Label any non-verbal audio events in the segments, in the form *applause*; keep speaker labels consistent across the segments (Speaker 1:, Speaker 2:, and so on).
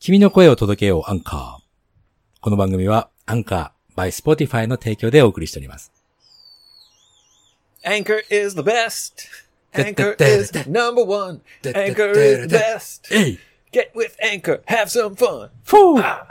Speaker 1: 君の声を届けようアンカー。この番組はアンカー by Spotify の提供でお送りしております。
Speaker 2: Anchor is the best. Anchor is the number one. Anchor is the best.
Speaker 1: えい
Speaker 2: Get with Anchor. Have some fun.
Speaker 1: フォー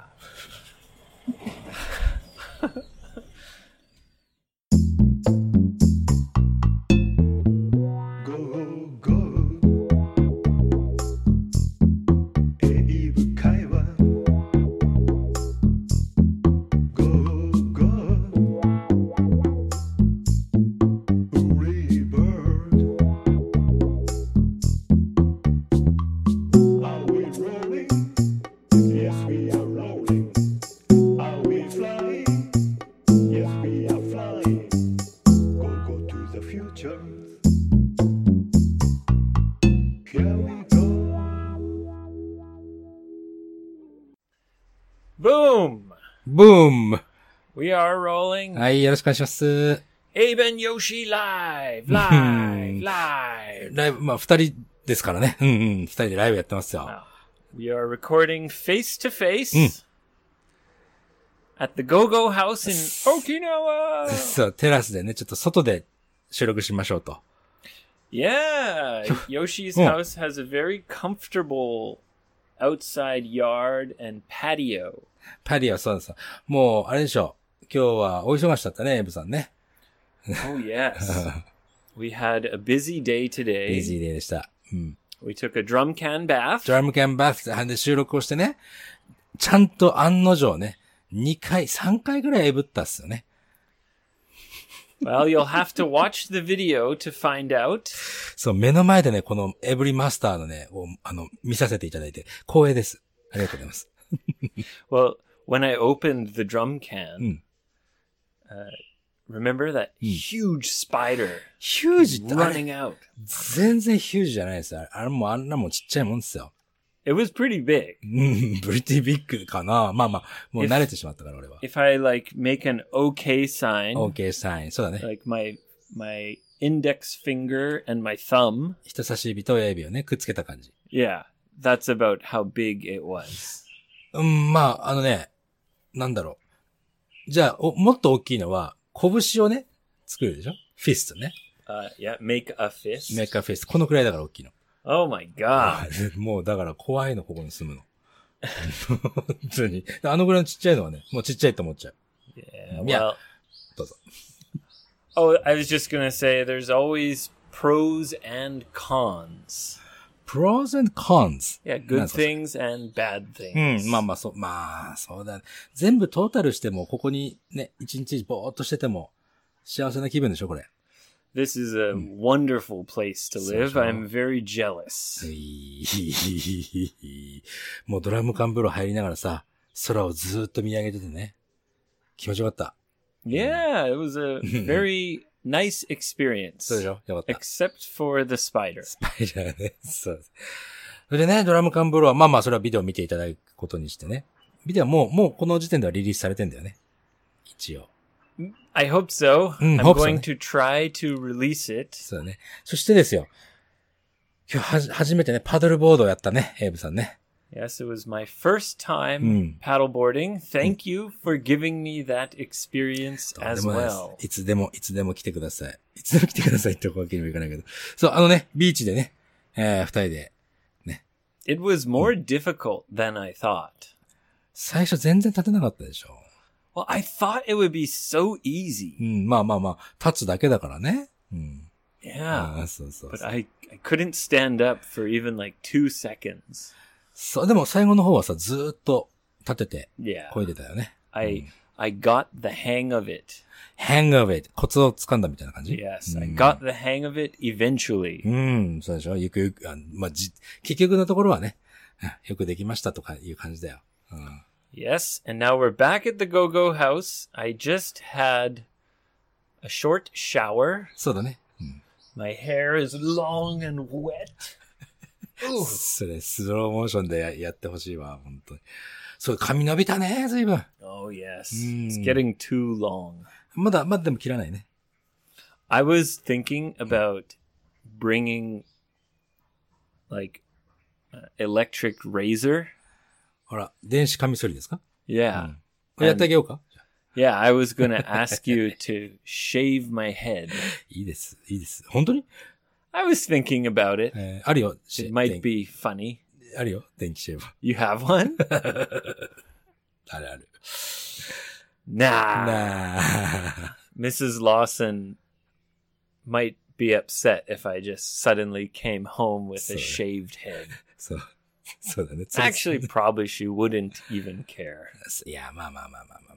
Speaker 2: ボーム
Speaker 1: ブーム
Speaker 2: We are rolling.
Speaker 1: はい、よろしくお願いします。
Speaker 2: Aben Yoshi live,
Speaker 1: うん。
Speaker 2: live, live.
Speaker 1: ライブ、まあ、二人ですからね。うんうん。二人でライブやってますよ。
Speaker 2: Now, we are recording face to
Speaker 1: Mm.
Speaker 2: face at the Go Go House in Okinawa.
Speaker 1: そう、テラスでね、ちょっと外で収録しましょうと。
Speaker 2: Yeah, Yoshi's
Speaker 1: Mm.
Speaker 2: house has a very comfortable outside yard and patio.
Speaker 1: パリはそうです。もう、あれでしょう。今日はお忙しかったね、エブさんね。
Speaker 2: Oh *laughs* yes. we had a busy day
Speaker 1: イ
Speaker 2: today.
Speaker 1: ージーデイでした。うん。
Speaker 2: We took a drum can bath.
Speaker 1: ドラムキャンバスで収録をしてね、ちゃんと案の定ね、2回、3回ぐらいエブったっすよね。
Speaker 2: *laughs* well, you'll have to watch the video to find out.
Speaker 1: そう、目の前でね、このエブリマスターのね、を、あの、見させていただいて、光栄です。ありがとうございます。
Speaker 2: Well, when I opened the drum can,
Speaker 1: Mm.
Speaker 2: uh, remember that huge spider
Speaker 1: ヒュージってあれ、
Speaker 2: running out?
Speaker 1: 全然ヒュージじゃないですよ。あれあれもうあんなもんちっちゃいもんですよ。
Speaker 2: It was pretty big.
Speaker 1: うん、ブリティビッグかな。まあまあ、もう慣れてしまったから俺は。
Speaker 2: If I like make an OK sign,
Speaker 1: OK サイン。そうだね。
Speaker 2: like my my index finger and my thumb,
Speaker 1: 人差し指と親指をね、くっつけた感じ。
Speaker 2: yeah, that's about how big it was.
Speaker 1: うん、まあ、あのね、なんだろう。じゃあ、おもっと大きいのは、拳をね、作るでしょフィストね。
Speaker 2: Uh, yeah, make a fist.
Speaker 1: メーカーフィスト。このくらいだから大きいの。
Speaker 2: oh my god!
Speaker 1: もうだから怖いの、ここに住むの。本当に。あのぐらいのちっちゃいのはね、もうちっちゃいと思っちゃう。
Speaker 2: Yeah,
Speaker 1: Ah, Yeah.
Speaker 2: well,
Speaker 1: どうぞ。
Speaker 2: oh, I was just gonna say, there's always pros and cons.
Speaker 1: pros and cons.
Speaker 2: Yeah,
Speaker 1: なん
Speaker 2: good
Speaker 1: すか
Speaker 2: things and bad
Speaker 1: う
Speaker 2: things.
Speaker 1: ん、まあまあ、そう、まあ、そうだ、ね。全部トータルしても、ここにね、一日ぼーっとしてても、幸せな気分でしょ、これ。 *laughs*
Speaker 2: This is a wonderful place to
Speaker 1: Hmm. So
Speaker 2: live.
Speaker 1: true.
Speaker 2: I'm very jealous.
Speaker 1: もうドラム缶風呂入りながらさ、空をずーっと見上げててね。気持ちよかった。
Speaker 2: Yeah, it was
Speaker 1: *laughs*
Speaker 2: a very nice experience.
Speaker 1: そうでしょよかった。
Speaker 2: Except for the spider.
Speaker 1: スパイダーね。そうです。それでね、ドラム缶風呂は、まあまあ、それはビデオ見ていただくことにしてね。ビデオはもう、もうこの時点ではリリースされてんだよね。一応。
Speaker 2: I hope so.
Speaker 1: Mm,
Speaker 2: I'm
Speaker 1: hope so,
Speaker 2: going
Speaker 1: eh?
Speaker 2: to try to release it.
Speaker 1: そうだね。そしてですよ。今日はじ、初めてね、パドルボードをやったね、エイブさんね。
Speaker 2: Yes, it was my first
Speaker 1: Mm.
Speaker 2: time paddleboarding. Thank you for giving me that experience
Speaker 1: とんで
Speaker 2: as
Speaker 1: もないです
Speaker 2: well.
Speaker 1: いつでも、いつでも来てください。いつでも来てくださいってわけにもいかないけど。そう、あのね、ビーチでね、えー、二人で。
Speaker 2: It was more difficult than I thought.
Speaker 1: 最初全然立てなかったでしょ。
Speaker 2: Well, I thought it would be so easy.
Speaker 1: うん、まあまあまあ、立つだけだからね。うん。
Speaker 2: Yeah.
Speaker 1: あーそうそう
Speaker 2: But
Speaker 1: そう。
Speaker 2: I, I couldn't stand up for even like two seconds.
Speaker 1: そう、でも最後の方はさ、ずーっと立てて、
Speaker 2: Yeah.
Speaker 1: こいでたよね。
Speaker 2: I I got the hang of it.
Speaker 1: hang of it. コツを掴んだみたいな感じ
Speaker 2: Yes,
Speaker 1: Hmm.
Speaker 2: I got the hang of it eventually.
Speaker 1: うん、そうでしょゆくゆく、あまあ、じ、結局のところはね、 *laughs* うんよくできましたとかいう感じだよ。うん。
Speaker 2: Yes, and now we're back at the Go Go house. I just had a short shower.
Speaker 1: そうだね。
Speaker 2: My hair is long and wet. Ooh.
Speaker 1: それ、スローモーションでややってほしいわ、本当に。そう、髪伸びたね、随分。
Speaker 2: Oh yes. It's
Speaker 1: Mm.
Speaker 2: getting too long.
Speaker 1: まだ、まだでも切らないね。
Speaker 2: I was thinking about bringing like uh, electric razor.
Speaker 1: あほら、電子カミソリですか
Speaker 2: Yeah.
Speaker 1: Hmm. うんやってあげようか
Speaker 2: Yeah, I was going to ask you to shave my head.
Speaker 1: いいです。いいです。本当に
Speaker 2: I was thinking about it.
Speaker 1: えーあるよ。し
Speaker 2: It might
Speaker 1: 電
Speaker 2: be funny.
Speaker 1: あるよ。電気シェーバー。
Speaker 2: You have one?
Speaker 1: *laughs* あるある。
Speaker 2: Nah.
Speaker 1: なあ。
Speaker 2: Mrs. Lawson might be upset if I just suddenly came home with a
Speaker 1: Sorry.
Speaker 2: shaved head. *laughs*
Speaker 1: そう。そうだね。つるつる *laughs*
Speaker 2: Actually, probably she wouldn't even care.
Speaker 1: いや、まあまあまあまあまあまあ。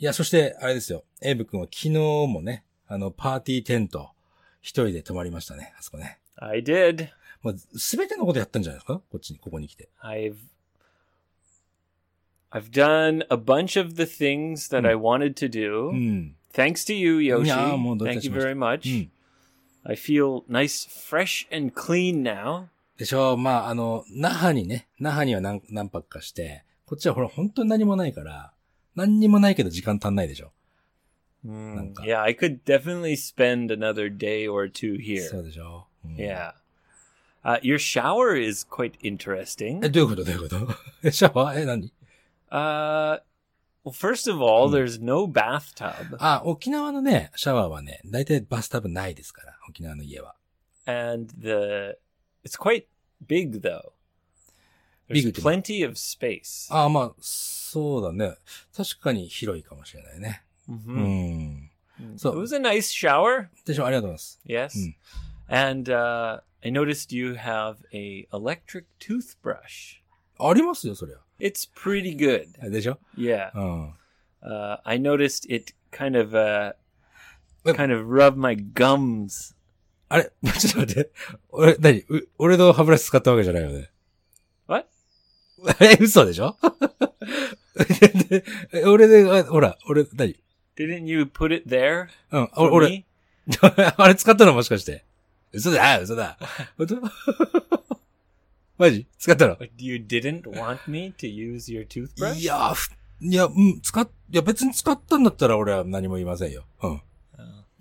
Speaker 1: いや、そして、あれですよ。エイブ君は昨日もね、あの、パーティーテント、一人で泊まりましたね。あそこね。
Speaker 2: I did.
Speaker 1: もう、すべてのことやったんじゃないですかこっちに、ここに来て。
Speaker 2: I've I've done a bunch of the things that I wanted to
Speaker 1: う
Speaker 2: do.
Speaker 1: ん。
Speaker 2: Thanks to you, Yoshi.
Speaker 1: いやー、もうどういたしまして。
Speaker 2: Thank you very much.
Speaker 1: うん。
Speaker 2: I feel nice, fresh, and clean now.
Speaker 1: でしょまあ、あの、那覇にね、那覇には何何泊かして、こっちはほら、本当に何もないから、何にもないけど時間足んないでしょ。
Speaker 2: Mm,
Speaker 1: なんか。
Speaker 2: yeah, I could definitely spend another day or two
Speaker 1: そう
Speaker 2: here.
Speaker 1: でしょ、うん
Speaker 2: Yeah. Uh, your shower is quite
Speaker 1: え、
Speaker 2: interesting.
Speaker 1: どういうことどういうこと *laughs* えシャワーえ、何
Speaker 2: Uh, well, first of all, there's no bathtub,
Speaker 1: あ、沖縄のね、シャワーはね、だいたいバスタブないですから、沖縄の家は。
Speaker 2: and the it's quite big though. There's
Speaker 1: Big. Ah.
Speaker 2: plenty of space.
Speaker 1: ああ、まあ、そうだね。確かに広いかもしれないね。う
Speaker 2: hmm
Speaker 1: ん。Mm. So-
Speaker 2: So Mm. it was a nice shower.
Speaker 1: でしょ、ありがとうございます。
Speaker 2: Yes.
Speaker 1: Mm.
Speaker 2: And uh, I noticed you have a electric toothbrush.
Speaker 1: ありますよ、そりゃ。
Speaker 2: It's pretty good.
Speaker 1: でしょ
Speaker 2: Yeah.
Speaker 1: うん。
Speaker 2: Uh, I noticed it kind of uh,
Speaker 1: Wait.
Speaker 2: kind of rubbed my gums.
Speaker 1: あれ *laughs* ちょっと待って。俺、何う俺の歯ブラシ使ったわけじゃないよね。 *laughs*
Speaker 2: What?
Speaker 1: え、嘘でしょ *laughs* でえ俺で、あほら、俺、何
Speaker 2: Didn't you put it there?
Speaker 1: うん、お
Speaker 2: for
Speaker 1: 俺、
Speaker 2: me?
Speaker 1: *laughs* あれ使ったのもしかして。嘘だ、あ嘘だ。本当 *laughs* マジ使ったの
Speaker 2: But you didn't want me to use your toothbrush?
Speaker 1: いや、ふいや、うん、使っ、いや別に使ったんだったら俺は何も言いませんよ。うん。
Speaker 2: Oh.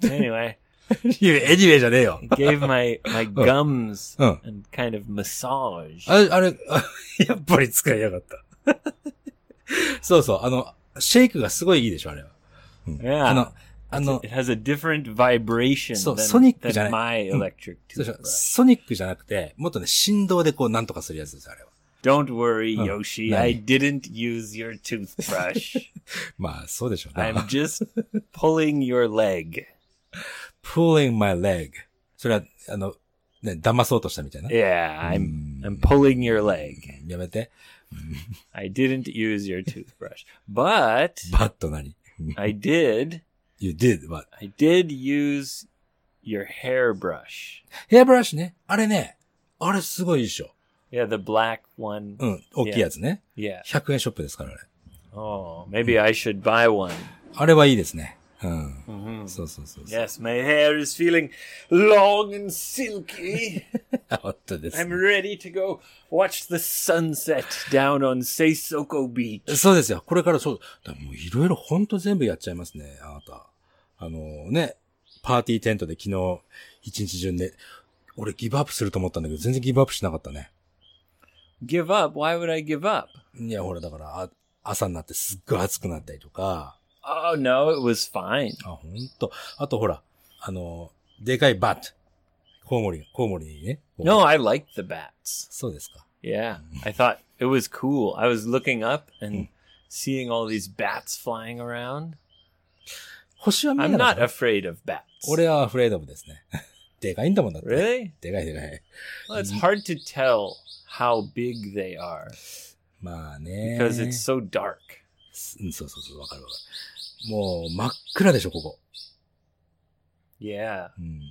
Speaker 2: Anyway,
Speaker 1: いやエニウェイじゃねえよ。
Speaker 2: it gave my my gums
Speaker 1: Oh.
Speaker 2: and kind of massage.
Speaker 1: ああれ *laughs* あ、やっぱり使いやがった。 *laughs* そうそう、あの、シェイクがすごいいいでしょ、あれは。うん
Speaker 2: いや
Speaker 1: あの、あの
Speaker 2: It、has a different vibration
Speaker 1: そう、
Speaker 2: than,
Speaker 1: ソニック
Speaker 2: than
Speaker 1: じゃない。
Speaker 2: my
Speaker 1: うん。
Speaker 2: electric
Speaker 1: そうでしょ
Speaker 2: toothbrush.
Speaker 1: ソニックじゃなくて、もっとね、振動でこう、なんとかするやつです、あれは。
Speaker 2: Don't worry,
Speaker 1: うん。
Speaker 2: Yoshi.
Speaker 1: 何？
Speaker 2: I didn't use your toothbrush.
Speaker 1: まあ、そうでしょうね。
Speaker 2: I'm just pulling your leg.
Speaker 1: pulling my leg. それは、あの、ね、騙そうとしたみたいな。
Speaker 2: Yeah,
Speaker 1: Mm.
Speaker 2: I'm I'm pulling your leg.
Speaker 1: やめて。
Speaker 2: I didn't use your toothbrush, but
Speaker 1: バッと何
Speaker 2: I did.
Speaker 1: ?You did, but.
Speaker 2: I did use your hairbrush.
Speaker 1: ヘアブラシね。あれね、あれすごいいいでしょ。
Speaker 2: Yeah, the black one.
Speaker 1: うん、大きいやつね。
Speaker 2: Yeah.
Speaker 1: 100円ショップですから、あれ。
Speaker 2: Oh, maybe I should buy one.
Speaker 1: あれはいいですね。うん。
Speaker 2: Mhm.
Speaker 1: そうそうそうそう。
Speaker 2: Yes, my hair is feeling long and silky. *laughs*
Speaker 1: 本当です
Speaker 2: I'm。ready to go watch the sunset down on Seisoko Beach.
Speaker 1: そうですよ。これからそう。だからもういろいろほんと全部やっちゃいますね、あなた。あのね、パーティーテントで昨日、一日中ね、俺ギブアップすると思ったんだけど、全然ギブアップしなかったね。
Speaker 2: Give up? Why would I give up?
Speaker 1: いや、ほら、だから、あ朝になってすっごい暑くなったりとか、
Speaker 2: Oh no, it was fine.
Speaker 1: あ、ほんと。あとほら、あの、でかいバット。コウモリ、コウモリにね。
Speaker 2: No, I liked the bats.
Speaker 1: そうですか。
Speaker 2: Yeah. I thought it was cool. I was looking up and seeing all these bats flying around.
Speaker 1: 星は見え
Speaker 2: I'm
Speaker 1: なかっ
Speaker 2: not
Speaker 1: た。
Speaker 2: afraid of bats.
Speaker 1: 俺はアフレードブですね。 *laughs* でかいんだもんだって。
Speaker 2: Really?
Speaker 1: でかいでかい。
Speaker 2: Well, it's hard to tell how big they are
Speaker 1: まあね。
Speaker 2: because it's so dark.
Speaker 1: うん、そうそうそう、わかるわかる。もう、真っ暗でしょ、ここ。
Speaker 2: Yeah. Hmm.
Speaker 1: うん。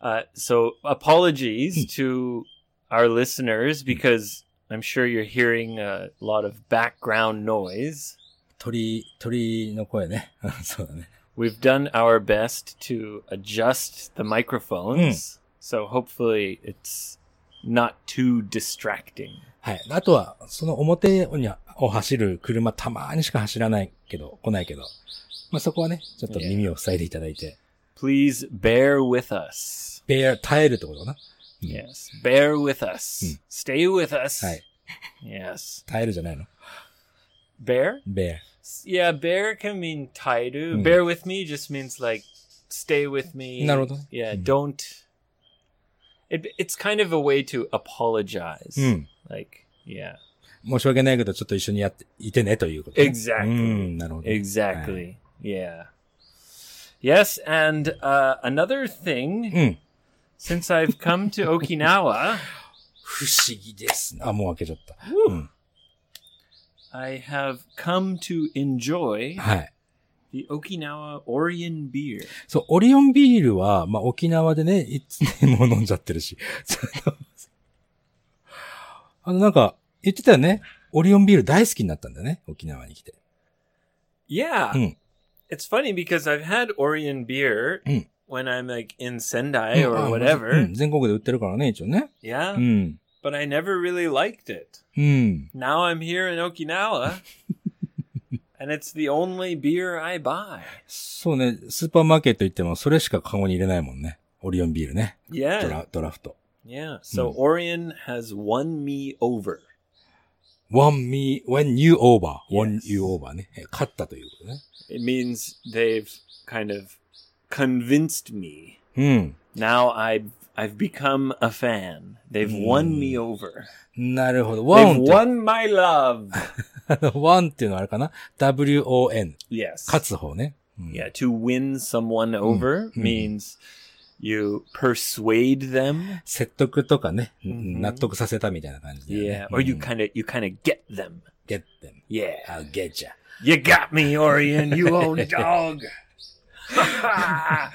Speaker 2: Uh, so apologies to our listeners because I'm sure you're hearing a lot of background noise.
Speaker 1: 鳥、鳥の声ね。 *laughs* そうだね。
Speaker 2: We've done our best to adjust the microphones, so hopefully it's not too distracting.
Speaker 1: はい。あとは、その表にはを走る車、たまーにしか走らないけど、来ないけど。まあ、そこはね、ちょっと耳を塞いでいただいて。
Speaker 2: Please bear with us.
Speaker 1: ベア、耐えるってことかな。
Speaker 2: Yes, Hmm. bear with us.
Speaker 1: Mm.
Speaker 2: Stay with us.
Speaker 1: はい。
Speaker 2: Yes.
Speaker 1: 耐えるじゃないの
Speaker 2: Bear?
Speaker 1: ベ
Speaker 2: S- Yeah, bear can mean tairu.
Speaker 1: Mm.
Speaker 2: Bear with me just means like stay with me.
Speaker 1: なるほど。
Speaker 2: Yeah,
Speaker 1: Mm.
Speaker 2: don't. It, it's kind of a way to apologize.
Speaker 1: ア。うん。
Speaker 2: Like, yeah.
Speaker 1: 申し訳ないけど、ちょっと一緒にやって、いてねということね。う
Speaker 2: Exactly.
Speaker 1: ん、なるほど。
Speaker 2: Exactly. Yeah. Yes, and uh,
Speaker 1: う
Speaker 2: another thing,
Speaker 1: ん。
Speaker 2: since I've come to Okinawa,
Speaker 1: 不思議ですね。あ、もう開けちゃった。うん。
Speaker 2: I have come to enjoy
Speaker 1: はい。
Speaker 2: the Okinawa Orion beer.
Speaker 1: そう、オリオンビールは、まあ、沖縄でね、いつでも飲んじゃってるし。 *laughs* そのあの、なんか、言ってたよね。オリオンビール大好きになったんだよね。沖縄に来て。
Speaker 2: Yeah.
Speaker 1: Mm.
Speaker 2: It's funny because I've had Orion beer
Speaker 1: Mm.
Speaker 2: when I'm like in Sendai
Speaker 1: うんあ
Speaker 2: or whatever.
Speaker 1: うん、全国で売ってるからね、一応ね。
Speaker 2: Yeah.
Speaker 1: うん。
Speaker 2: But I never really liked it.
Speaker 1: うん。
Speaker 2: Now I'm here in Okinawa and it's the only beer I buy.
Speaker 1: そうね、スーパーマーケット行っても、それしかカゴに入れないもんね。オリオンビールね。ド
Speaker 2: Yeah.
Speaker 1: ラドラフト。
Speaker 2: Yeah. So
Speaker 1: Mm.
Speaker 2: Orion has won me over.
Speaker 1: one me, when you over, one
Speaker 2: Yes.
Speaker 1: you over ね。え勝ったということね。
Speaker 2: It means they've kind of convinced me.
Speaker 1: うん。
Speaker 2: Now I've I've become a fan. They've won me over.
Speaker 1: なるほど。
Speaker 2: They've
Speaker 1: one って
Speaker 2: won my love.
Speaker 1: あの *laughs* one っていうのはあれかな ?won。
Speaker 2: yes.
Speaker 1: 勝つ方ね。うん、
Speaker 2: Yeah, to win someone over
Speaker 1: mm.
Speaker 2: means you persuade them.
Speaker 1: 説得とかね、
Speaker 2: ん
Speaker 1: 納得させたみたいな感じで、ね。
Speaker 2: Yeah, or you
Speaker 1: うん
Speaker 2: kind of you kind of get them.
Speaker 1: get them.
Speaker 2: Yeah,
Speaker 1: I'll get ya.
Speaker 2: you got me, Orion. You
Speaker 1: *laughs*
Speaker 2: old dog. *laughs* uh,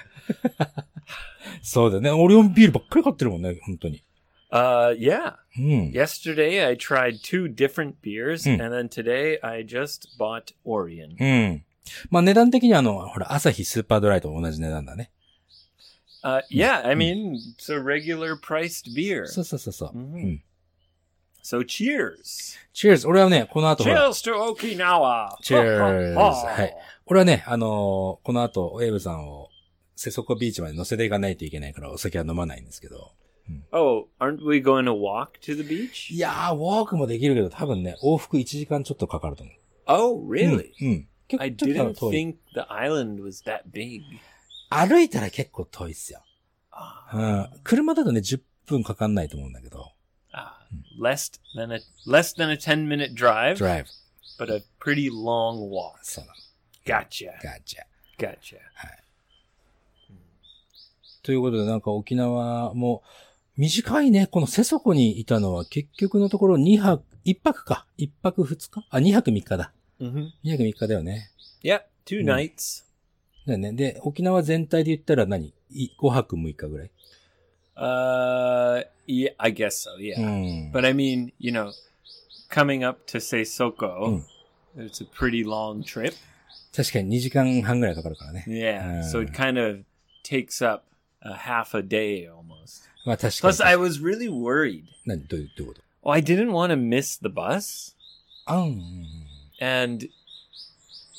Speaker 1: そうだね。オリオンビールばっかり買ってるもんね、本当に。
Speaker 2: yeah.
Speaker 1: うん。
Speaker 2: Yesterday I tried two different beers,
Speaker 1: Mm.
Speaker 2: and then today I just bought Orion.
Speaker 1: うん。まあ値段的にはあの、ほら、朝日スーパードライと同じ値段だね。
Speaker 2: Uh,
Speaker 1: Hmm.
Speaker 2: yeah, I mean it's a regular priced beer.
Speaker 1: そうそうそうそう。
Speaker 2: うん
Speaker 1: うん。
Speaker 2: So cheers.
Speaker 1: Cheers! 俺はね、この後ほら、
Speaker 2: Cheers to Okinawa. *laughs*
Speaker 1: Cheers.
Speaker 2: Oh.
Speaker 1: Hey. 俺はね、あのーこの後、ウェーブさんを、瀬底ビーチまで乗せていかないといけないから、お酒は飲まないんですけど。
Speaker 2: Oh, aren't we going to walk to the beach?
Speaker 1: いやー、ウォークもできるけど、多分ね、往復1時間ちょっとかかると思う。
Speaker 2: Oh, really?
Speaker 1: うん。うん、結
Speaker 2: I
Speaker 1: 構ちょっ
Speaker 2: didn't
Speaker 1: と遠い。
Speaker 2: think the island was that big.
Speaker 1: 歩いたら結構遠いっすよ。
Speaker 2: Ah,
Speaker 1: うん。車だとね、10分かかんないと思うんだけど。
Speaker 2: ah, less than a less than a 10 minute drive,
Speaker 1: ドライブ。
Speaker 2: but a pretty long walk.
Speaker 1: そうなの。
Speaker 2: Gotcha.
Speaker 1: ガチャ。
Speaker 2: Gotcha.
Speaker 1: ということで、なんか沖縄も、短いね、この瀬底にいたのは結局のところ2泊、1泊か。1泊2日あ、2泊3日だ。
Speaker 2: Mm-hmm.
Speaker 1: 2泊3日だよね。
Speaker 2: Yep, two
Speaker 1: Mm.
Speaker 2: nights.
Speaker 1: だよね。で、沖縄全体で言ったら何 ?5 泊6日ぐらい。
Speaker 2: Uh yeah, I guess so, yeah.
Speaker 1: うん。
Speaker 2: But I mean, you know, coming up to
Speaker 1: Mm.
Speaker 2: Seisoko, it's a pretty long trip.
Speaker 1: 確かに2時間半ぐらいかかるからね。
Speaker 2: Yeah. So it kind of takes up a half a day almost.
Speaker 1: まあ確か
Speaker 2: Plus, I
Speaker 1: に。
Speaker 2: was really worried.
Speaker 1: 何どういう、どういうこと
Speaker 2: Oh, I didn't want to miss the bus.
Speaker 1: あうんうんうん。
Speaker 2: And,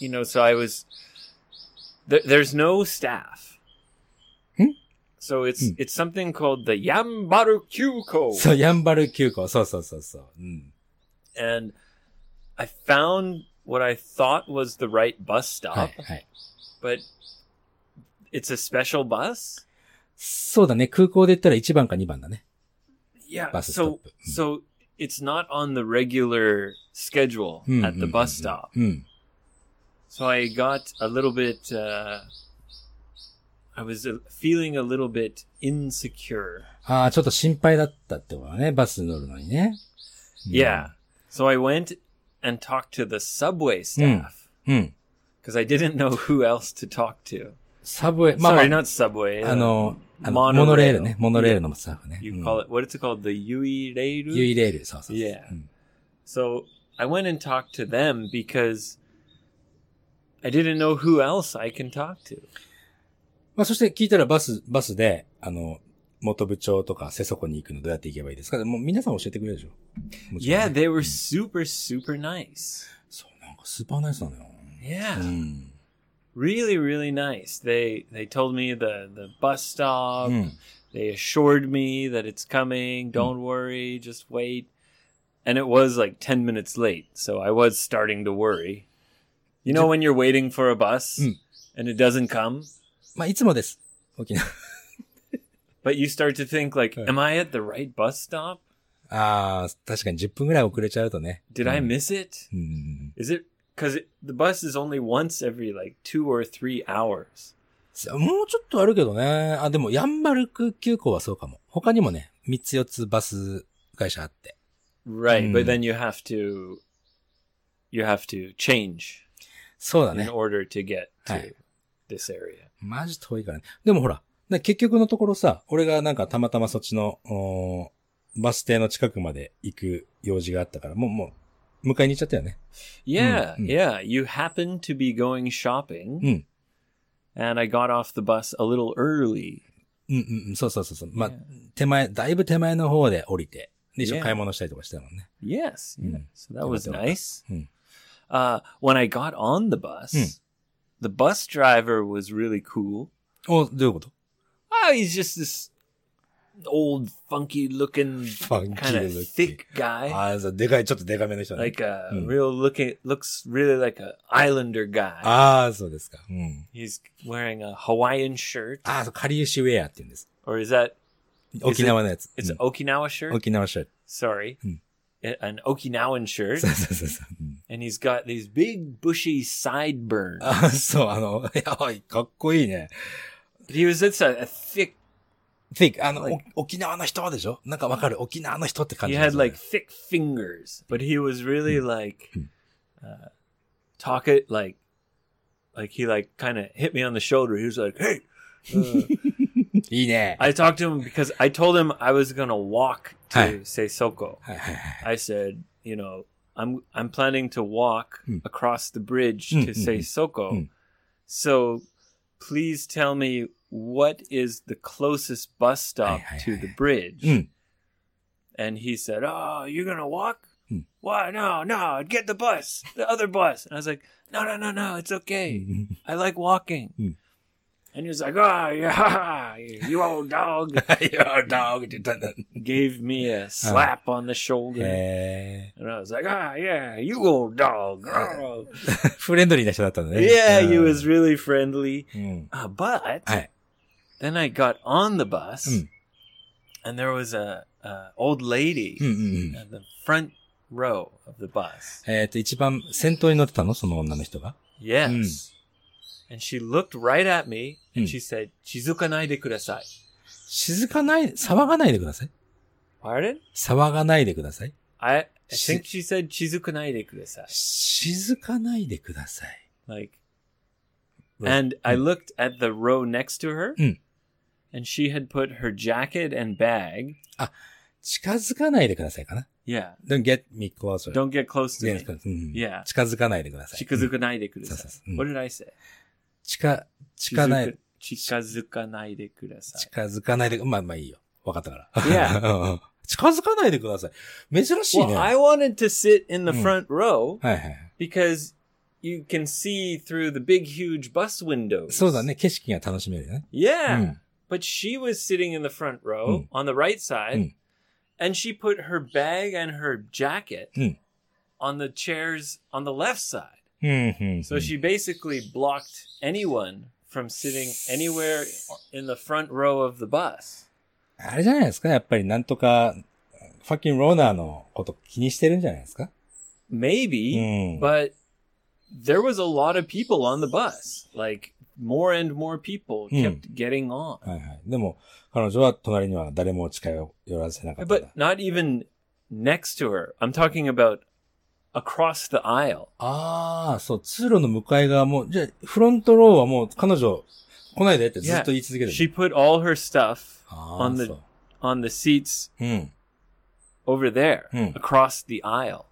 Speaker 2: you know, so I was. Th- there's no staff.
Speaker 1: Hmm?
Speaker 2: So it's
Speaker 1: Hmm.
Speaker 2: it's something called the Yambaru Kyuko.
Speaker 1: そう、ヤンバル急行。そうそうそうそう。うん。
Speaker 2: and I found what I thought was the right bus
Speaker 1: は
Speaker 2: stop,
Speaker 1: い、はい。
Speaker 2: but it's a special bus.
Speaker 1: そうだね。空港で言ったら1番か2番だね。
Speaker 2: Yeah.
Speaker 1: Bus stop.
Speaker 2: so
Speaker 1: Hmm.
Speaker 2: so it's not on the regular schedule
Speaker 1: うん
Speaker 2: at
Speaker 1: う
Speaker 2: the
Speaker 1: ん
Speaker 2: bus stop.
Speaker 1: うん。
Speaker 2: So I got a little bit. Uh, I was uh, feeling a little bit insecure.
Speaker 1: ああ、ちょっと心配だったってことだね。バスに乗るのにね。うん
Speaker 2: Yeah. So I went and talked to the subway staff
Speaker 1: うん。
Speaker 2: because I didn't know who else to talk to.
Speaker 1: サブウェイ、まあ、ま
Speaker 2: Sorry,
Speaker 1: あ、
Speaker 2: not subway.
Speaker 1: あ
Speaker 2: uh,
Speaker 1: の、あのモ
Speaker 2: Monorail
Speaker 1: ノレールね。モノレールのスタッフね。
Speaker 2: you call it what is it called? The Yui
Speaker 1: うん
Speaker 2: Reiru.
Speaker 1: ユイレール、そうそうそう。
Speaker 2: Yeah.
Speaker 1: うん
Speaker 2: So I went and talked to them because I didn't know who else I can talk to.
Speaker 1: まあ、そして聞いたらバス、バスで、あの、元部長とか瀬底に行くのどうやって行けばいいですかもう皆さん教えてくれるでしょもちろん
Speaker 2: Yeah,
Speaker 1: ね
Speaker 2: they were super super nice.
Speaker 1: そう、なんかスーパーナイスなのよ。
Speaker 2: Yeah.
Speaker 1: うん。
Speaker 2: really really nice they they told me the the bus stop
Speaker 1: うん。
Speaker 2: they assured me that it's coming don't worry just wait and it was like 10 minutes late, so I was starting to worry. You know when you're waiting for a bus
Speaker 1: Mm.
Speaker 2: and it doesn't come,
Speaker 1: まあ、いつもです。沖縄。
Speaker 2: but you start to think like,
Speaker 1: Yeah.
Speaker 2: am I at the right bus stop?
Speaker 1: ああ、確かに10分ぐらい遅れちゃうとね。
Speaker 2: Did I miss it?
Speaker 1: うん。
Speaker 2: Is it cuz the bus is only once every like 2 or 3 hours.
Speaker 1: さもうちょっとあるけどね。あ、でも、ヤンバルク急行はそうかも。他にもね、3つ4つバス会社あって。
Speaker 2: Right,
Speaker 1: Mm.
Speaker 2: but then you have to you have to change
Speaker 1: そうだ
Speaker 2: in
Speaker 1: ね。
Speaker 2: order to get to
Speaker 1: Hi.
Speaker 2: this area.
Speaker 1: マジ遠いからね。でもほら、で結局のところさ、俺がなんかたまたまそっちの、おーバス停の近くまで行く用事があったから、もう、もう、迎えに行っちゃったよね。
Speaker 2: Yeah,
Speaker 1: mm.
Speaker 2: yeah, you happen to be going shopping.
Speaker 1: Mm.
Speaker 2: And I got off the bus a little early.
Speaker 1: うんうんうん、そうそうそうそう。まあ
Speaker 2: Yeah.、
Speaker 1: 手前、だいぶ手前の方で降りて、で一緒
Speaker 2: Yeah.
Speaker 1: 買い物したりとかしてたもんね。
Speaker 2: Yes, yeah.
Speaker 1: Mm.
Speaker 2: So that was
Speaker 1: Yeah, that-
Speaker 2: nice.
Speaker 1: Mm.
Speaker 2: Uh, when I got on the bus,
Speaker 1: Mm.
Speaker 2: the bus driver was really cool.
Speaker 1: お、どういうこと
Speaker 2: Oh, he's just this old, funky looking,
Speaker 1: Funky
Speaker 2: kind
Speaker 1: looking.
Speaker 2: of thick guy.
Speaker 1: ああ、そうでかい、ちょっとでかめの人ね。
Speaker 2: like a
Speaker 1: Mm.
Speaker 2: real looking, looks really like a islander guy.
Speaker 1: ああ、そうですか。うん。
Speaker 2: he's wearing a Hawaiian shirt.
Speaker 1: ああ、そう、かりゆしウェアって言うんです。
Speaker 2: Or is that,
Speaker 1: 沖縄のやつ。
Speaker 2: it's
Speaker 1: う
Speaker 2: an Okinawa shirt?
Speaker 1: ん沖縄シャツ。
Speaker 2: Sorry.
Speaker 1: Mm.
Speaker 2: A- An Okinawan
Speaker 1: *laughs*
Speaker 2: shirt.
Speaker 1: そうそうそうそう。うん
Speaker 2: and he's got these big bushy sideburns.
Speaker 1: ああ、そう、あの、やばい、かっこいいね。
Speaker 2: But he was it's a, a thick.
Speaker 1: think, あの、
Speaker 2: Like-
Speaker 1: お沖縄の人でしょなんかわかる沖縄の人って感
Speaker 2: He
Speaker 1: じ。
Speaker 2: had like thick fingers, but he was really like
Speaker 1: Hmm.
Speaker 2: uh, talk it like like he like kind of hit me on the shoulder. He was like, "Hey."
Speaker 1: *laughs*
Speaker 2: Uh,
Speaker 1: いいね。
Speaker 2: I talked to him because I told him I was gonna walk to
Speaker 1: Hi.
Speaker 2: Seisoko.
Speaker 1: はいはいはい。
Speaker 2: I said, you know, I'm I'm planning to walk
Speaker 1: Hmm.
Speaker 2: across the bridge
Speaker 1: Hmm,
Speaker 2: to
Speaker 1: hmm,
Speaker 2: Seisoko.
Speaker 1: hmm.
Speaker 2: So please tell me what is the closest bus stop
Speaker 1: Aye, aye,
Speaker 2: to
Speaker 1: aye,
Speaker 2: the
Speaker 1: aye.
Speaker 2: bridge?
Speaker 1: Hmm.
Speaker 2: And he said, "Oh, you're going to walk?
Speaker 1: Hmm.
Speaker 2: Why? No, no, get the bus, the other bus." And I was like, "No, no, no, no, it's okay. I like walking."
Speaker 1: Hmm.
Speaker 2: And he was like, "Oh, yeah, *laughs* you old
Speaker 1: *laughs*
Speaker 2: dog."
Speaker 1: Your dog って言ったんだ。
Speaker 2: Gave me
Speaker 1: Uh-huh.
Speaker 2: a slap on the shoulder.
Speaker 1: へ
Speaker 2: And I was like, ah, yeah, you old dog. Oh.
Speaker 1: ー *laughs* フレンドリーな人だったんだね。
Speaker 2: yeah,
Speaker 1: うん
Speaker 2: he was really friendly.
Speaker 1: うん。
Speaker 2: Uh, but
Speaker 1: はい。
Speaker 2: then I got on the bus,
Speaker 1: Mm.
Speaker 2: and there was a, a old lady
Speaker 1: うんうんうん。
Speaker 2: in the front row of the bus.
Speaker 1: えっと、一番先頭に乗ってたのその女の人が。
Speaker 2: Yes.
Speaker 1: Mm.
Speaker 2: And she looked right at me, and
Speaker 1: Mm.
Speaker 2: she said, "Chizukanai kudasai."
Speaker 1: 静かない、騒がないでください。
Speaker 2: Pardon?
Speaker 1: 騒がないでください。
Speaker 2: I, I
Speaker 1: Shi-
Speaker 2: think she said "Chizukanai kudasai."
Speaker 1: 静かないでください。
Speaker 2: Like,
Speaker 1: Right.
Speaker 2: and I
Speaker 1: Mm.
Speaker 2: looked at the row next to her,
Speaker 1: Mm.
Speaker 2: and she had put her jacket and bag.
Speaker 1: 近づかないでくださいかな。
Speaker 2: Yeah.
Speaker 1: Don't get me closer.
Speaker 2: Don't get close to me.
Speaker 1: うん
Speaker 2: Yeah. Hmm.
Speaker 1: 近づかないでください。うん
Speaker 2: Chikazukanai
Speaker 1: そうそうそう。うん。
Speaker 2: What did I say?
Speaker 1: 近、近ない。
Speaker 2: Chikazukanai
Speaker 1: 近づかないで、まあまあいいよ。わかった *laughs* から。
Speaker 2: いや
Speaker 1: うん近づかないでください。珍しい
Speaker 2: Well,
Speaker 1: ね。
Speaker 2: I wanted to sit in the
Speaker 1: うん。
Speaker 2: front row
Speaker 1: はいはい。
Speaker 2: because you can see through the big, huge bus windows.
Speaker 1: そうだね。景色が楽しめるよね。う
Speaker 2: Yeah.
Speaker 1: ん
Speaker 2: But she was sitting in the front row
Speaker 1: うん。
Speaker 2: on the right side,
Speaker 1: うん。
Speaker 2: and she put her bag and her jacket
Speaker 1: うん。
Speaker 2: on the chairs on the left side.
Speaker 1: うん。うん。
Speaker 2: So she basically blocked anyone from sitting anywhere in the front row of the bus.
Speaker 1: あれじゃないですか。やっぱりなんとか、ファッキンローナーのこと気にしてるんじゃないですか。う
Speaker 2: Maybe,
Speaker 1: ん。
Speaker 2: but there was a lot of people on the bus. Like more and more people
Speaker 1: Hmm.
Speaker 2: kept getting
Speaker 1: は
Speaker 2: on.
Speaker 1: いはい。でも、彼女は隣には誰も近寄らせなかったん
Speaker 2: But
Speaker 1: だ。
Speaker 2: not even next to her. I'm talking about across the aisle.
Speaker 1: ああ、そう、通路の向かい側も、じゃあフロントローはもう彼女来ないでってずっと言い続けてる。
Speaker 2: She put all her stuff
Speaker 1: ああ、
Speaker 2: on the-
Speaker 1: そう。
Speaker 2: on the seats
Speaker 1: うん。
Speaker 2: over there
Speaker 1: Hmm.
Speaker 2: across the aisle.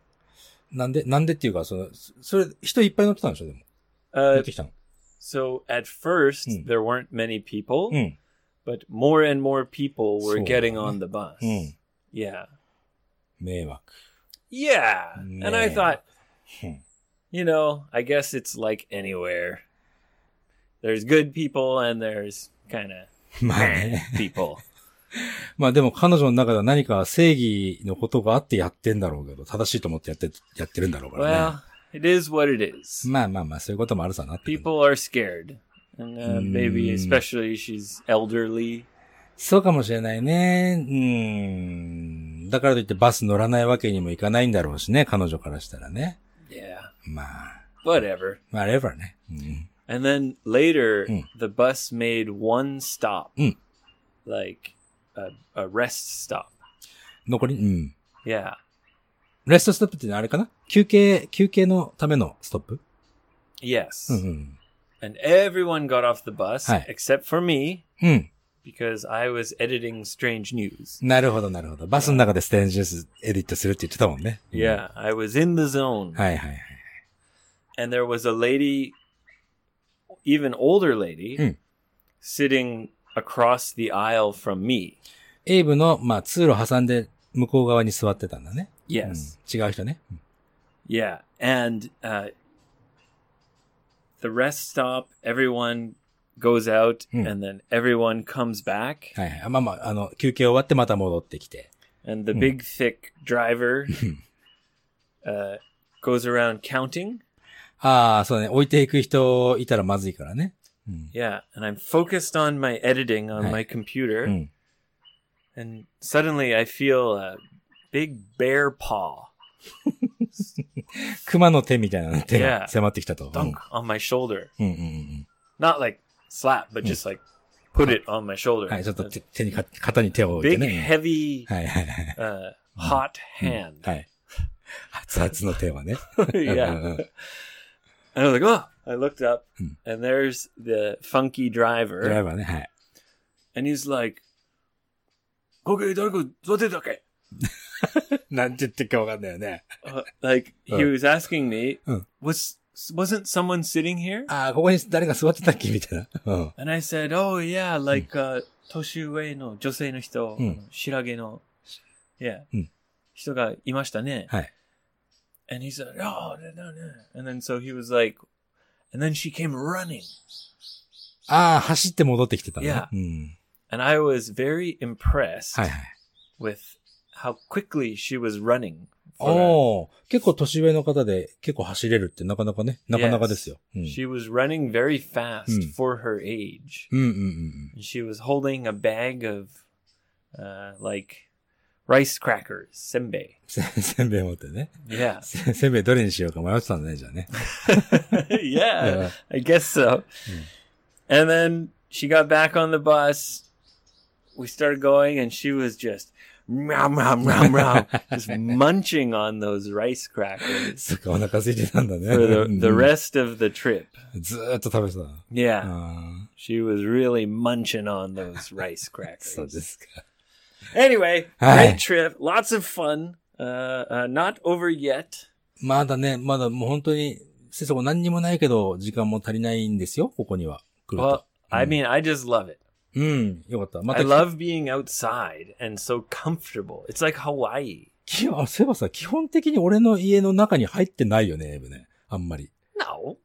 Speaker 1: なんで、なんでっていうか、その、そそれ、人いっぱい乗ってたんでしょ、でも。乗
Speaker 2: Uh,
Speaker 1: ってきたの。
Speaker 2: so at first,
Speaker 1: Hmm.
Speaker 2: there weren't many people.
Speaker 1: うん。
Speaker 2: but more and more people were
Speaker 1: So,
Speaker 2: getting
Speaker 1: uh,
Speaker 2: on the bus.
Speaker 1: うん。
Speaker 2: Yeah.
Speaker 1: 迷惑。
Speaker 2: Yeah. And I
Speaker 1: Man.
Speaker 2: thought,
Speaker 1: Hmm.
Speaker 2: you know, I guess it's like anywhere. There's good people and there's kind of
Speaker 1: まあね。
Speaker 2: people.
Speaker 1: *laughs* まあでも彼女の中では何か正義のことがあってやってんだろうけど、正しいと思ってやって、やってるんだろうからね。
Speaker 2: Well, it is what it is.
Speaker 1: まあまあまあ、そういうこともあるさなっていう。
Speaker 2: People are scared. And uh, maybe
Speaker 1: Mm.
Speaker 2: especially she's elderly.
Speaker 1: そうかもしれないね。うーん。だからといってバス乗らないわけにもいかないんだろうしね、彼女からしたらね。
Speaker 2: Yeah.
Speaker 1: まあ、
Speaker 2: Whatever.
Speaker 1: まあ、レバーね。うん。
Speaker 2: And then later,
Speaker 1: Mm.
Speaker 2: the bus made one stop,
Speaker 1: Mm.
Speaker 2: like a, a rest stop.
Speaker 1: 残り、うん。
Speaker 2: Yeah.
Speaker 1: レストストップっていうのはあれかな休憩、休憩のためのストップ
Speaker 2: Yes.
Speaker 1: うんうん。
Speaker 2: And everyone got off the bus
Speaker 1: Hmm. Hi.
Speaker 2: except for me
Speaker 1: うん。
Speaker 2: because I was editing Strange News.
Speaker 1: なるほど、なるほど。バスの中でステージスエディットするって言ってたもんね。うん
Speaker 2: Yeah, I was in the zone.
Speaker 1: はいはいはい。
Speaker 2: And there was a lady, even older lady,
Speaker 1: Mm.
Speaker 2: sitting across the aisle from me.
Speaker 1: エイブの、まあ、通路挟んで向こう側に座ってたんだね。
Speaker 2: Yes.
Speaker 1: うん、違う人ね。うん
Speaker 2: Yeah, and uh, the rest stop. Everyone goes out,
Speaker 1: Hmm.
Speaker 2: and then everyone comes back.
Speaker 1: はいはい。あまあまあ、あの、休憩終わってまた戻ってきて。
Speaker 2: And the
Speaker 1: Hmm.
Speaker 2: big thick
Speaker 1: *laughs*
Speaker 2: driver uh, goes around counting.
Speaker 1: ああ、そうだね。置いていく人いたらまずいからね。うん。
Speaker 2: Yeah, and I'm focused on my editing on
Speaker 1: Right. Hmm.
Speaker 2: my computer,
Speaker 1: うん、
Speaker 2: and suddenly I feel a big bear paw
Speaker 1: 熊の手みたいな手が
Speaker 2: Yeah.
Speaker 1: 迫ってきたと。うん
Speaker 2: dunk on my shoulder.
Speaker 1: うんうんうん
Speaker 2: Not like slap, but just like put it on my shoulder.
Speaker 1: うん。はい、ちょっと手手にか、肩に手を置いて
Speaker 2: big
Speaker 1: ね。
Speaker 2: heavy
Speaker 1: はいはいはい。
Speaker 2: uh, hot
Speaker 1: Hmm. *laughs*
Speaker 2: hand.
Speaker 1: はい。熱々の手はね。
Speaker 2: *laughs* yeah.
Speaker 1: うんうん
Speaker 2: And I was like, oh, I looked up
Speaker 1: Hmm.
Speaker 2: and there's the funky
Speaker 1: ドライ
Speaker 2: driver.
Speaker 1: バーね、はい。
Speaker 2: And he's like, okay, Darko, what did okay?
Speaker 1: なんて言ってるかわかんないよね。
Speaker 2: Uh, like he
Speaker 1: Uh.
Speaker 2: was asking me,
Speaker 1: Uh.
Speaker 2: was wasn't someone sitting here?
Speaker 1: ああ、ここに誰が座ってたっけみたいな。うん。
Speaker 2: And I said, oh yeah, like uh, 年上の女性の人、
Speaker 1: Hmm.
Speaker 2: 白毛の、yeah,
Speaker 1: Hmm.
Speaker 2: 人がいましたね。
Speaker 1: はい。
Speaker 2: And he said, oh, no, no, no. And then so he was like, and then she came running.
Speaker 1: ああ、走って戻ってきてたね。
Speaker 2: Yeah.
Speaker 1: うん。
Speaker 2: And I was very impressed
Speaker 1: はいはい。
Speaker 2: with how quickly she was running. for-
Speaker 1: おお、結構年上の方で結構走れるってなかなかね、なかなかですよ。うん。
Speaker 2: She was running very fast
Speaker 1: Mm.
Speaker 2: for her age.
Speaker 1: うんうんうん。
Speaker 2: And she was holding a bag of, uh, like, rice crackers, senbei.
Speaker 1: せ *laughs* せんべい持ってね。
Speaker 2: Yeah.
Speaker 1: せせんべいどれにしようか迷ってたんだね、じゃあね。
Speaker 2: *laughs* yeah, Hmm. I guess so. And then she got back on the bus. We started going, and she was just. Meow, meow, meow, *laughs* meow. just munching on those rice crackers
Speaker 1: *laughs* そっか、お腹空いてたんだね。
Speaker 2: for the,
Speaker 1: うん
Speaker 2: the rest of the trip.
Speaker 1: ずーっと食べてたな。
Speaker 2: Yeah.
Speaker 1: ああ、
Speaker 2: She was really munching on those rice
Speaker 1: そうで
Speaker 2: crackers.
Speaker 1: すか。
Speaker 2: anyway,
Speaker 1: Hi.
Speaker 2: great trip, lots of fun. Uh, uh, not over yet.
Speaker 1: まだね、まだもう本当に、先生これ何にもないけど、時間も足りないんですよ、ここには。来ると
Speaker 2: Well, I mean, I just love it.
Speaker 1: うん、よかった。ま
Speaker 2: I
Speaker 1: た、
Speaker 2: love being outside and so comfortable. It's like Hawaii.
Speaker 1: きあ、そういえばさ、基本的に俺の家の中に入ってないよね、エブね。あんまり。
Speaker 2: No.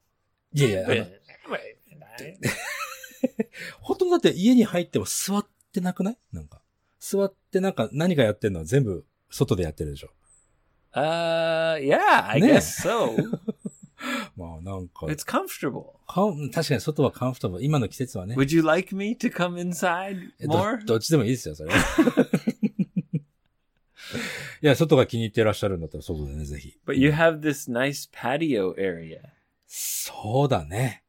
Speaker 1: いやいや、あの
Speaker 2: Wait, I-
Speaker 1: ほとんどだって家に入っても座ってなくないなんか。座ってなんか何かやってるのは全部外でやってるでしょ。
Speaker 2: uh, yeah, I
Speaker 1: Yeah.
Speaker 2: guess so.
Speaker 1: まあなんか、
Speaker 2: It's comfortable.
Speaker 1: か確かに外はカンフタブル。今の季節はね。
Speaker 2: Would you like me to come inside
Speaker 1: えど
Speaker 2: more?
Speaker 1: どっちでもいいですよ、
Speaker 2: *laughs*
Speaker 1: それは。いや、外が気に入ってらっしゃるんだったら外でね、ぜひ。
Speaker 2: But you have this nice patio area.
Speaker 1: そうだね。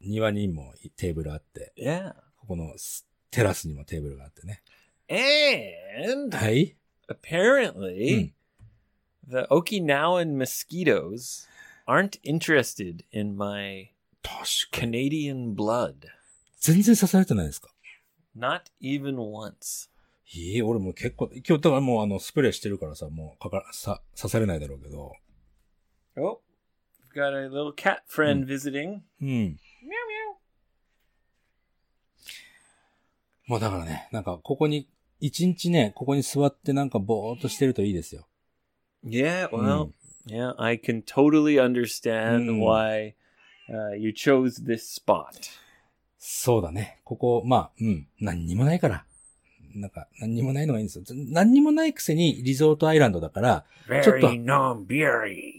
Speaker 1: 庭にもテーブルあって、
Speaker 2: Yeah.
Speaker 1: ここのステラスにもテーブルがあってね。
Speaker 2: And
Speaker 1: はい。
Speaker 2: apparently the Okinawan mosquitoes aren't interested in my
Speaker 1: 確かに。
Speaker 2: Canadian blood.
Speaker 1: 全然刺されてないですか
Speaker 2: Not even once.
Speaker 1: いい俺もう結構、今日、だからもうあの、スプレーしてるからさ、もうかから、さ、刺されないだろうけど。
Speaker 2: Oh, we've got a little cat friend visiting.
Speaker 1: うん。
Speaker 2: Meow meow.
Speaker 1: もうだからね、なんか、ここに、一日ね、ここに座ってなんかぼーっとしてるといいですよ。
Speaker 2: Yeah, well, yeah, I can totally understand
Speaker 1: Mm.
Speaker 2: why uh, you chose this spot.
Speaker 1: そうだね。ここ、まあ、うん、何にもないから。なんか、何にもないのがいいんですよ。ず何にもないくせにリゾートアイランドだから、 *laughs* ちょっと
Speaker 2: Very non beery.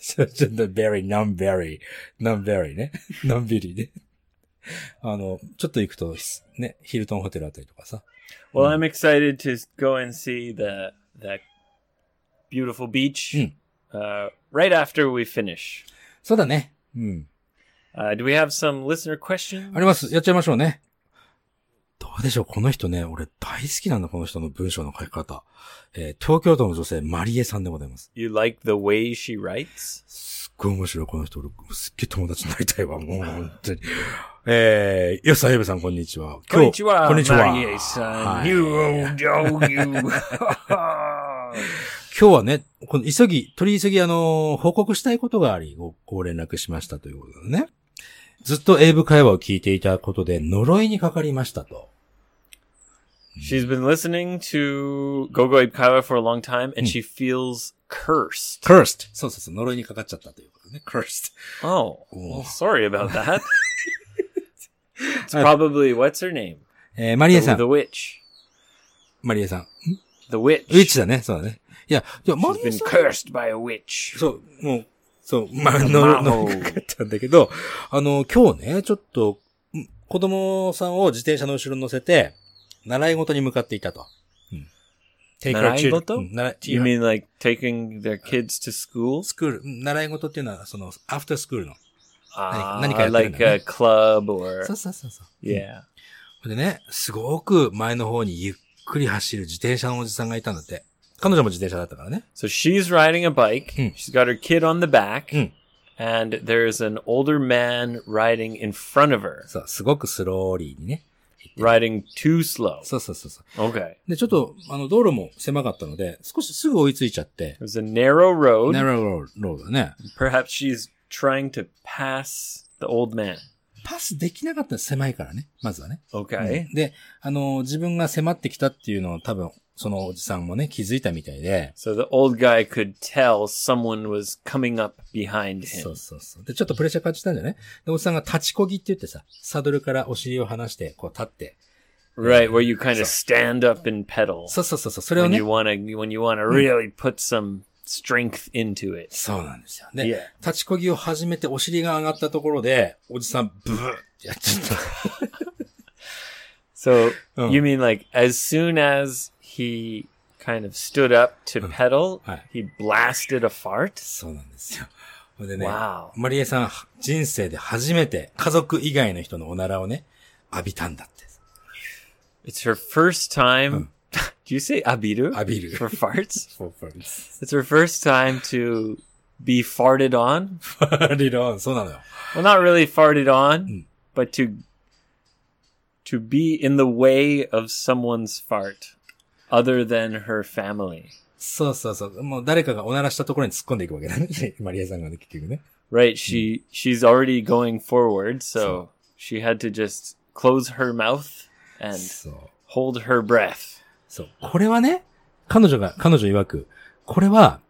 Speaker 1: そうちょっと very, non-very, non-very ね。non-very *laughs* ね。あの、ちょっと行くと、ひね、ヒルトンホテルあたりとかさ。
Speaker 2: Well,
Speaker 1: Mm.
Speaker 2: I'm excited to go and see the that beautiful beach
Speaker 1: Mm.
Speaker 2: uh, right after we finish.
Speaker 1: そうだね。うん。
Speaker 2: Uh, do we have some listener questions?
Speaker 1: あります。やっちゃいましょうね。どうでしょうこの人ね、俺大好きなんだ、この人の文章の書き方。えー東京都の女性、マリエさんでございます。
Speaker 2: You like the way she writes?
Speaker 1: すっごい面白い、この人。俺、すっげえ友達になりたいわ、もう、本当に。えー、よっさん、ゆべさん、こんにちは。今日こんにちは。はい今日はね、この急ぎ、取り急ぎ、あのー報告したいことがあり、ご、ご連絡しましたということでね。ずっと英語会話を聞いていたことで、呪いにかかりましたと。
Speaker 2: She's been listening to Gogo Ipkawa for a long time and she feels cursed.
Speaker 1: cursed! そうそうそう、呪いにかかっちゃったということでね。cursed.
Speaker 2: Oh,
Speaker 1: Oh.
Speaker 2: well, sorry about that. it's probably, what's her name?
Speaker 1: えーマリエさ
Speaker 2: The,
Speaker 1: ん
Speaker 2: the。witch.
Speaker 1: マリエさん。
Speaker 2: The witch.
Speaker 1: ウィッチだね、そうだね。いや、じゃあマ
Speaker 2: She's
Speaker 1: リエ
Speaker 2: been
Speaker 1: さん。
Speaker 2: cursed by a witch.
Speaker 1: そう、もう、そう、まあ、
Speaker 2: マ
Speaker 1: の、
Speaker 2: ホ
Speaker 1: の、かかったんだけど、あの、今日ね、ちょっと、ん子供さんを自転車の後ろに乗せて、習い事に向かっていたと。うん、
Speaker 2: 習い事
Speaker 1: うん習い
Speaker 2: You mean like taking their kids to school?
Speaker 1: スクール、うん習い事っていうのは、その、アフタースクールの。
Speaker 2: Ah,
Speaker 1: 何かやってるんだね。
Speaker 2: like a club or
Speaker 1: そうそうそうそう。
Speaker 2: yeah.
Speaker 1: でね、すごく前の方にゆっくり走る自転車のおじさんがいたんだって。彼女も自転車だったからね。
Speaker 2: So she's riding a bike.
Speaker 1: Mm.
Speaker 2: She's got her kid on the back,
Speaker 1: Mm.
Speaker 2: and there's an older man riding in front of her,
Speaker 1: そう、すごくスローリーにね。
Speaker 2: riding too slow.
Speaker 1: そうそうそうそう。
Speaker 2: Okay.
Speaker 1: で、ちょっと、あの、道路も狭かったので、少しすぐ追いついちゃって、
Speaker 2: There's a narrow road.
Speaker 1: ナローロードだね。
Speaker 2: Perhaps she's trying to pass the old man.
Speaker 1: パスできなかったら狭いからね、まずはね。
Speaker 2: Okay.
Speaker 1: うんで、あの、自分が迫ってきたっていうのを多分、そのおじさんもね、気づいたみたいで、
Speaker 2: So the old guy could tell someone was coming up behind
Speaker 1: そ
Speaker 2: him.
Speaker 1: うそうそう。で、ちょっとプレッシャー感じたんじゃないで、おじさんが立ちこぎって言ってさ、サドルからお尻を離して、こう立って。
Speaker 2: Right, where you kind of stand up and pedal.
Speaker 1: そうそうそうそう、それを
Speaker 2: when
Speaker 1: ね
Speaker 2: you。want to when you want to really put some strength into it.
Speaker 1: そうなんですよ。で、
Speaker 2: Yeah.
Speaker 1: 立ちこぎを始めてお尻が上がったところで、おじさん、ブーってやっちゃった。
Speaker 2: So
Speaker 1: Oh.
Speaker 2: you mean like as soon as he kind of stood up to pedal,
Speaker 1: Hi.
Speaker 2: he blasted a fart?
Speaker 1: そうなんですよ。ほんでね、
Speaker 2: Wow.
Speaker 1: マリエさん、人生で初めて家族以外の人のおならをね、浴びたんだって。
Speaker 2: It's her first time. *laughs* Do you say Hmm. abiru?
Speaker 1: 浴びる。
Speaker 2: For farts? *laughs*
Speaker 1: そうそうです。
Speaker 2: It's her first time to be farted on.
Speaker 1: リロン、そうなのよ。
Speaker 2: Well, not really farted on, but to to be in the way of someone's fart other than her family.
Speaker 1: そうそうそう。もう誰かがおならしたところに突っ込んでいくわけだね。マリエさんがね、結局ね。
Speaker 2: Right. She she's already going forward,
Speaker 1: So-
Speaker 2: so, she had to just close her mouth and
Speaker 1: そう。
Speaker 2: hold her breath.
Speaker 1: そう。これはね、彼女が、彼女曰く、これは、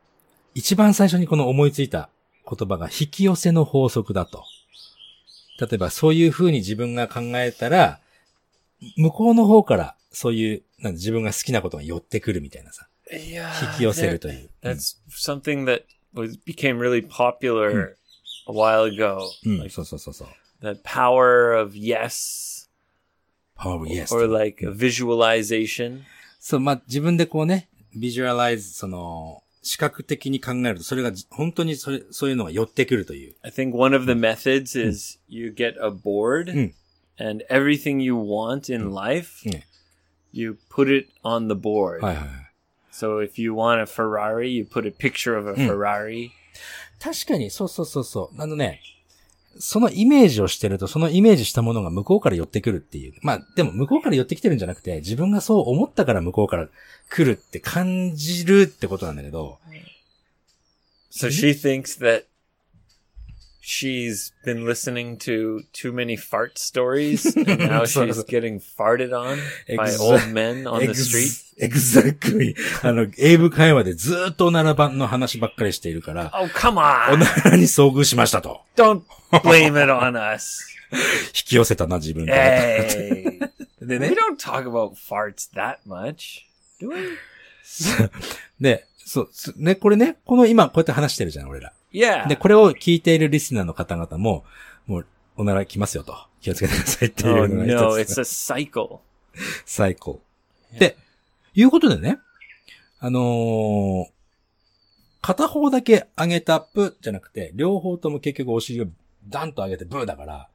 Speaker 1: 一番最初にこの思いついた言葉が引き寄せの法則だと。例えば、そういう風に自分が考えたら、向こうの方から、そういう、なん自分が好きなことが寄ってくるみたいなさ。
Speaker 2: Yeah.
Speaker 1: 引き寄せるという。
Speaker 2: that's something that was became really popular a while ago.
Speaker 1: うん、うん
Speaker 2: Like
Speaker 1: そうそうそうそう。
Speaker 2: the power of yes
Speaker 1: power yes.
Speaker 2: or like a visualization.
Speaker 1: そう、まあ、自分でこうね、ビジュアライズ、その、視覚的に考えると、それがじ、本当にそれ、そういうのが寄ってくるという。
Speaker 2: I think one of the methods is you get a board
Speaker 1: Mm.
Speaker 2: and everything you want in life,
Speaker 1: Yeah.
Speaker 2: you put it on the board.
Speaker 1: いはいはい。
Speaker 2: So if you want a Ferrari, you put a picture of a Ferrari.
Speaker 1: 確かに、そうそうそうそう。あのね、そのイメージをしてると、そのイメージしたものが向こうから寄ってくるっていう。まあ、でも向こうから寄ってきてるんじゃなくて、自分がそう思ったから向こうから来るって感じるってことなんだけど、
Speaker 2: So she thinks that she's been listening to too many fart *laughs* stories and now
Speaker 1: So-
Speaker 2: she's getting farted on by
Speaker 1: Exa-
Speaker 2: old men on the
Speaker 1: Ex-
Speaker 2: street.
Speaker 1: exactly. あの、英語会話でずーっとおなら版の話ばっかりしているから、
Speaker 2: Oh, come
Speaker 1: お
Speaker 2: on.
Speaker 1: ならに遭遇しましたと。
Speaker 2: *laughs* Don't blame it on us.
Speaker 1: 引き寄せたな、自分から。
Speaker 2: *laughs* Hey.
Speaker 1: でね
Speaker 2: We。don't talk about farts that much, do we?
Speaker 1: で、そう、すね、これね、この今こうやって話してるじゃん、俺ら。
Speaker 2: Yeah.
Speaker 1: で、これを聞いているリスナーの方々も、もう、おなら来ますよと。気をつけてくださいって *laughs* い
Speaker 2: Oh
Speaker 1: うのが
Speaker 2: no,
Speaker 1: 一つ
Speaker 2: it's a cycle.
Speaker 1: 最高。で、いうことでね、あのー片方だけ上げたプじゃなくて、両方とも結局お尻をダンと上げてブーだから、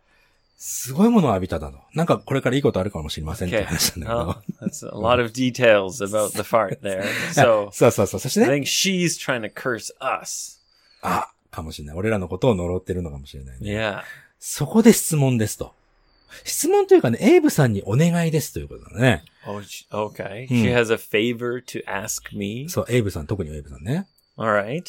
Speaker 1: すごいものを浴びただと。なんかこれからいいことあるかもしれませんっていう話なんだ
Speaker 2: Oh, that's a lot of details about the fart there. *laughs*
Speaker 1: けど。 *laughs*
Speaker 2: So
Speaker 1: そうそうそう。そして
Speaker 2: I
Speaker 1: ね、
Speaker 2: think she's trying to curse us.
Speaker 1: あ、かもしれない。俺らのことを呪ってるのかもしれない、ね。
Speaker 2: Yeah.
Speaker 1: そこで質問ですと。質問というかね、エイブさんにお願いですということだね。
Speaker 2: Oh, sh okay.
Speaker 1: Hmm.
Speaker 2: She has a favor to ask me.
Speaker 1: そう、エイブさん、特にエイブさんね。
Speaker 2: All right.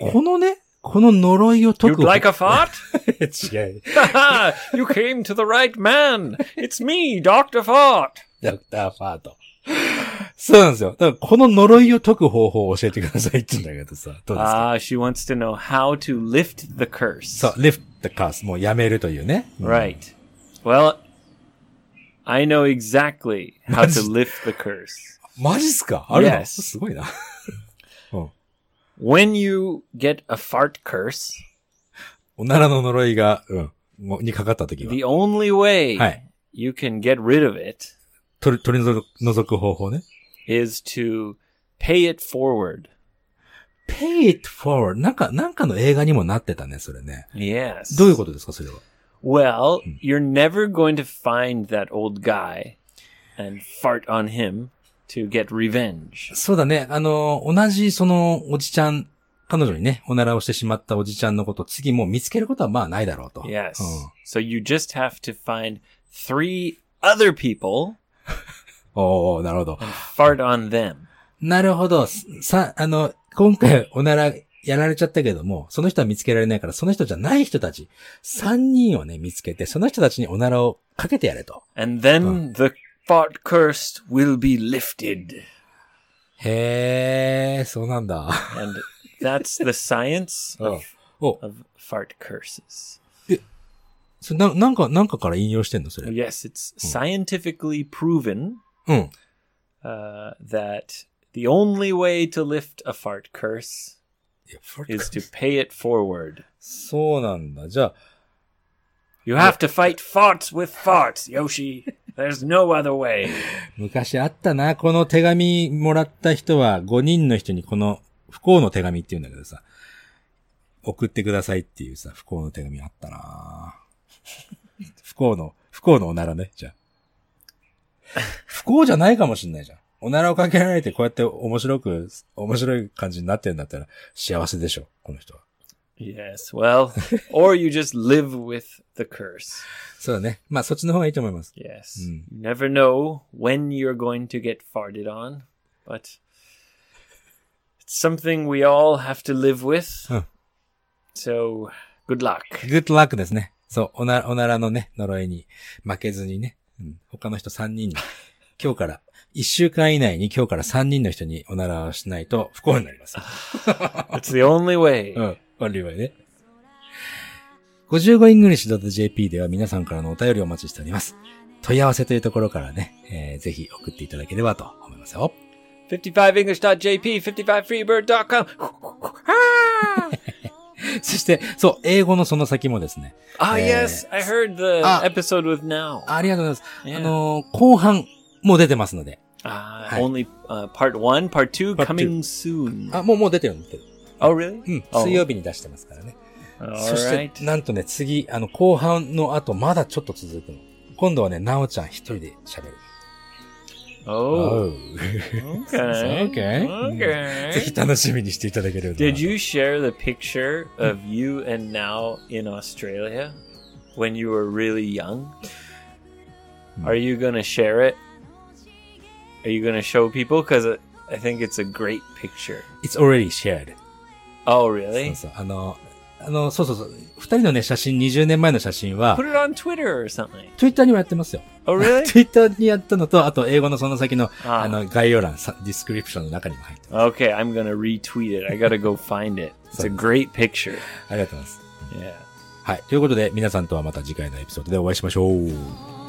Speaker 1: このね、この呪いを解
Speaker 2: You'd
Speaker 1: く。
Speaker 2: like a fart?
Speaker 1: *laughs*
Speaker 2: *laughs*
Speaker 1: 違う。
Speaker 2: Haha, you came to the right man. It's me, Dr. Fart.
Speaker 1: ドクターファート。そうなんですよ。だからこの呪いを解く方法を教えてくださいって言うんだけどさ、どうですか
Speaker 2: Ah, she wants to know how to lift the curse.
Speaker 1: そう、lift the curse, もうやめるというね。
Speaker 2: Right. Well, I know exactly how to
Speaker 1: Nice.
Speaker 2: lift the curse.
Speaker 1: マジっすかあるの、
Speaker 2: Yes.
Speaker 1: すごいな。
Speaker 2: When you get a fart curse,
Speaker 1: おならの呪いが、うん、もうにかかった時は。
Speaker 2: the only way
Speaker 1: はい。
Speaker 2: you can get rid of it
Speaker 1: 取り、取り除く除く方法ね。
Speaker 2: is to pay it forward.
Speaker 1: pay it forward. なんか、なんかの映画にもなってたね、それね。
Speaker 2: Yes.
Speaker 1: どういうことですか、それは。
Speaker 2: Well, you're never going to find that old guy and fart on him to get revenge.
Speaker 1: そうだね。あの、同じそのおじちゃん、彼女にね、おならをしてしまったおじちゃんのこと、次もう見つけることはまあないだろうと。
Speaker 2: Yes.
Speaker 1: うん
Speaker 2: So you just have to find three other people
Speaker 1: おおなるほど。
Speaker 2: and fart on them.
Speaker 1: なるほど。すさ、あの、今回おならやられちゃったけども、その人は見つけられないから、その人じゃない人たち、3人をね、見つけて、その人たちにおならをかけてやれと。
Speaker 2: And then the fart curse will be lifted.
Speaker 1: へえ、そうなんだ。
Speaker 2: And that's the science
Speaker 1: Oh.
Speaker 2: of,
Speaker 1: お、
Speaker 2: of fart curses.
Speaker 1: それな、なんか、なんかから引用してんのそれ。
Speaker 2: Yes, it's scientifically proven
Speaker 1: うん。
Speaker 2: uh, that the only way to lift a fart curse
Speaker 1: いやファル
Speaker 2: is to pay it forward.
Speaker 1: *laughs* そうなんだ。じゃあ、
Speaker 2: You have to fight farts with farts, Yoshi. There's no other way.
Speaker 1: 昔あったな。この手紙もらった人は5人の人にこの不幸の手紙って言うんだけどさ、送ってくださいっていうさ、不幸の手紙あったな不幸の、不幸のおならね、じゃあ。不幸じゃないかもしんないじゃん。おならをかけられてこうやって面白く、面白い感じになってるんだったら幸せでしょ、この人は。
Speaker 2: Yes, well, or you just live with the curse.
Speaker 1: そうだね。まあそっちの方がいいと思います。
Speaker 2: Yes.
Speaker 1: Mm.
Speaker 2: You never know when you're going to get farted on, but it's something we all have to live with.
Speaker 1: Huh.
Speaker 2: So, good luck.
Speaker 1: good luck ですね。そう、おな、おならのね、呪いに負けずにね、うん、他の人3人 *laughs* に、今日から、1週間以内に今日から3人の人におならをしないと不幸になります。
Speaker 2: It's the only way.
Speaker 1: うん、悪いわよね。55 english.jp では皆さんからのお便りをお待ちしております。問い合わせというところからね、えーぜひ送っていただければと思いますよ。
Speaker 2: 55english.jp, 55freebird.com. ah,
Speaker 1: そして、そう、英語のその先もですね、
Speaker 2: *laughs* Ah,
Speaker 1: Eh,
Speaker 2: yes, I heard the
Speaker 1: ah.
Speaker 2: episode with Now.
Speaker 1: ありがとうございます。
Speaker 2: Yeah.
Speaker 1: あのー後半も出てますので、
Speaker 2: Ah,
Speaker 1: Hi.
Speaker 2: only uh, part one, part two Ah.
Speaker 1: Part
Speaker 2: coming soon.
Speaker 1: あ、もう、もう出てるんですけど、
Speaker 2: oh, really?
Speaker 1: うん、
Speaker 2: Oh,
Speaker 1: 水曜日に出してますからね。
Speaker 2: all
Speaker 1: そして、
Speaker 2: right.
Speaker 1: なんとね、次、あの、後半の後、まだちょっと続くの。今度はね、なおちゃん一人で喋る。
Speaker 2: Oh,
Speaker 1: う
Speaker 2: okay. Hmm.
Speaker 1: okay.
Speaker 2: Okay.
Speaker 1: ぜひ楽しみにしていただければ。
Speaker 2: Did you share the picture of you and now in Australia when you were really young? Are you going to share it? Are you going to show people? Because I think it's a great picture.
Speaker 1: It's already shared.
Speaker 2: Oh,
Speaker 1: そう
Speaker 2: really?
Speaker 1: そう。あの、あの、そうそうそう。二人のね、写真、20年前の写真は
Speaker 2: Put、it on Twitter or something.
Speaker 1: Twitter にもやってますよ。
Speaker 2: Oh, *laughs* really?
Speaker 1: *laughs* Twitter にやったのと、あと、英語のその先の、
Speaker 2: あ
Speaker 1: あの、概要欄、さディスクリプションの中にも入ってま
Speaker 2: Okay, I'm going to retweet it. I got to go find it. It's a great picture.
Speaker 1: す。ありがとうございます。
Speaker 2: Yeah.
Speaker 1: はい。ということで、皆さんとはまた次回のエピソードでお会いしましょう。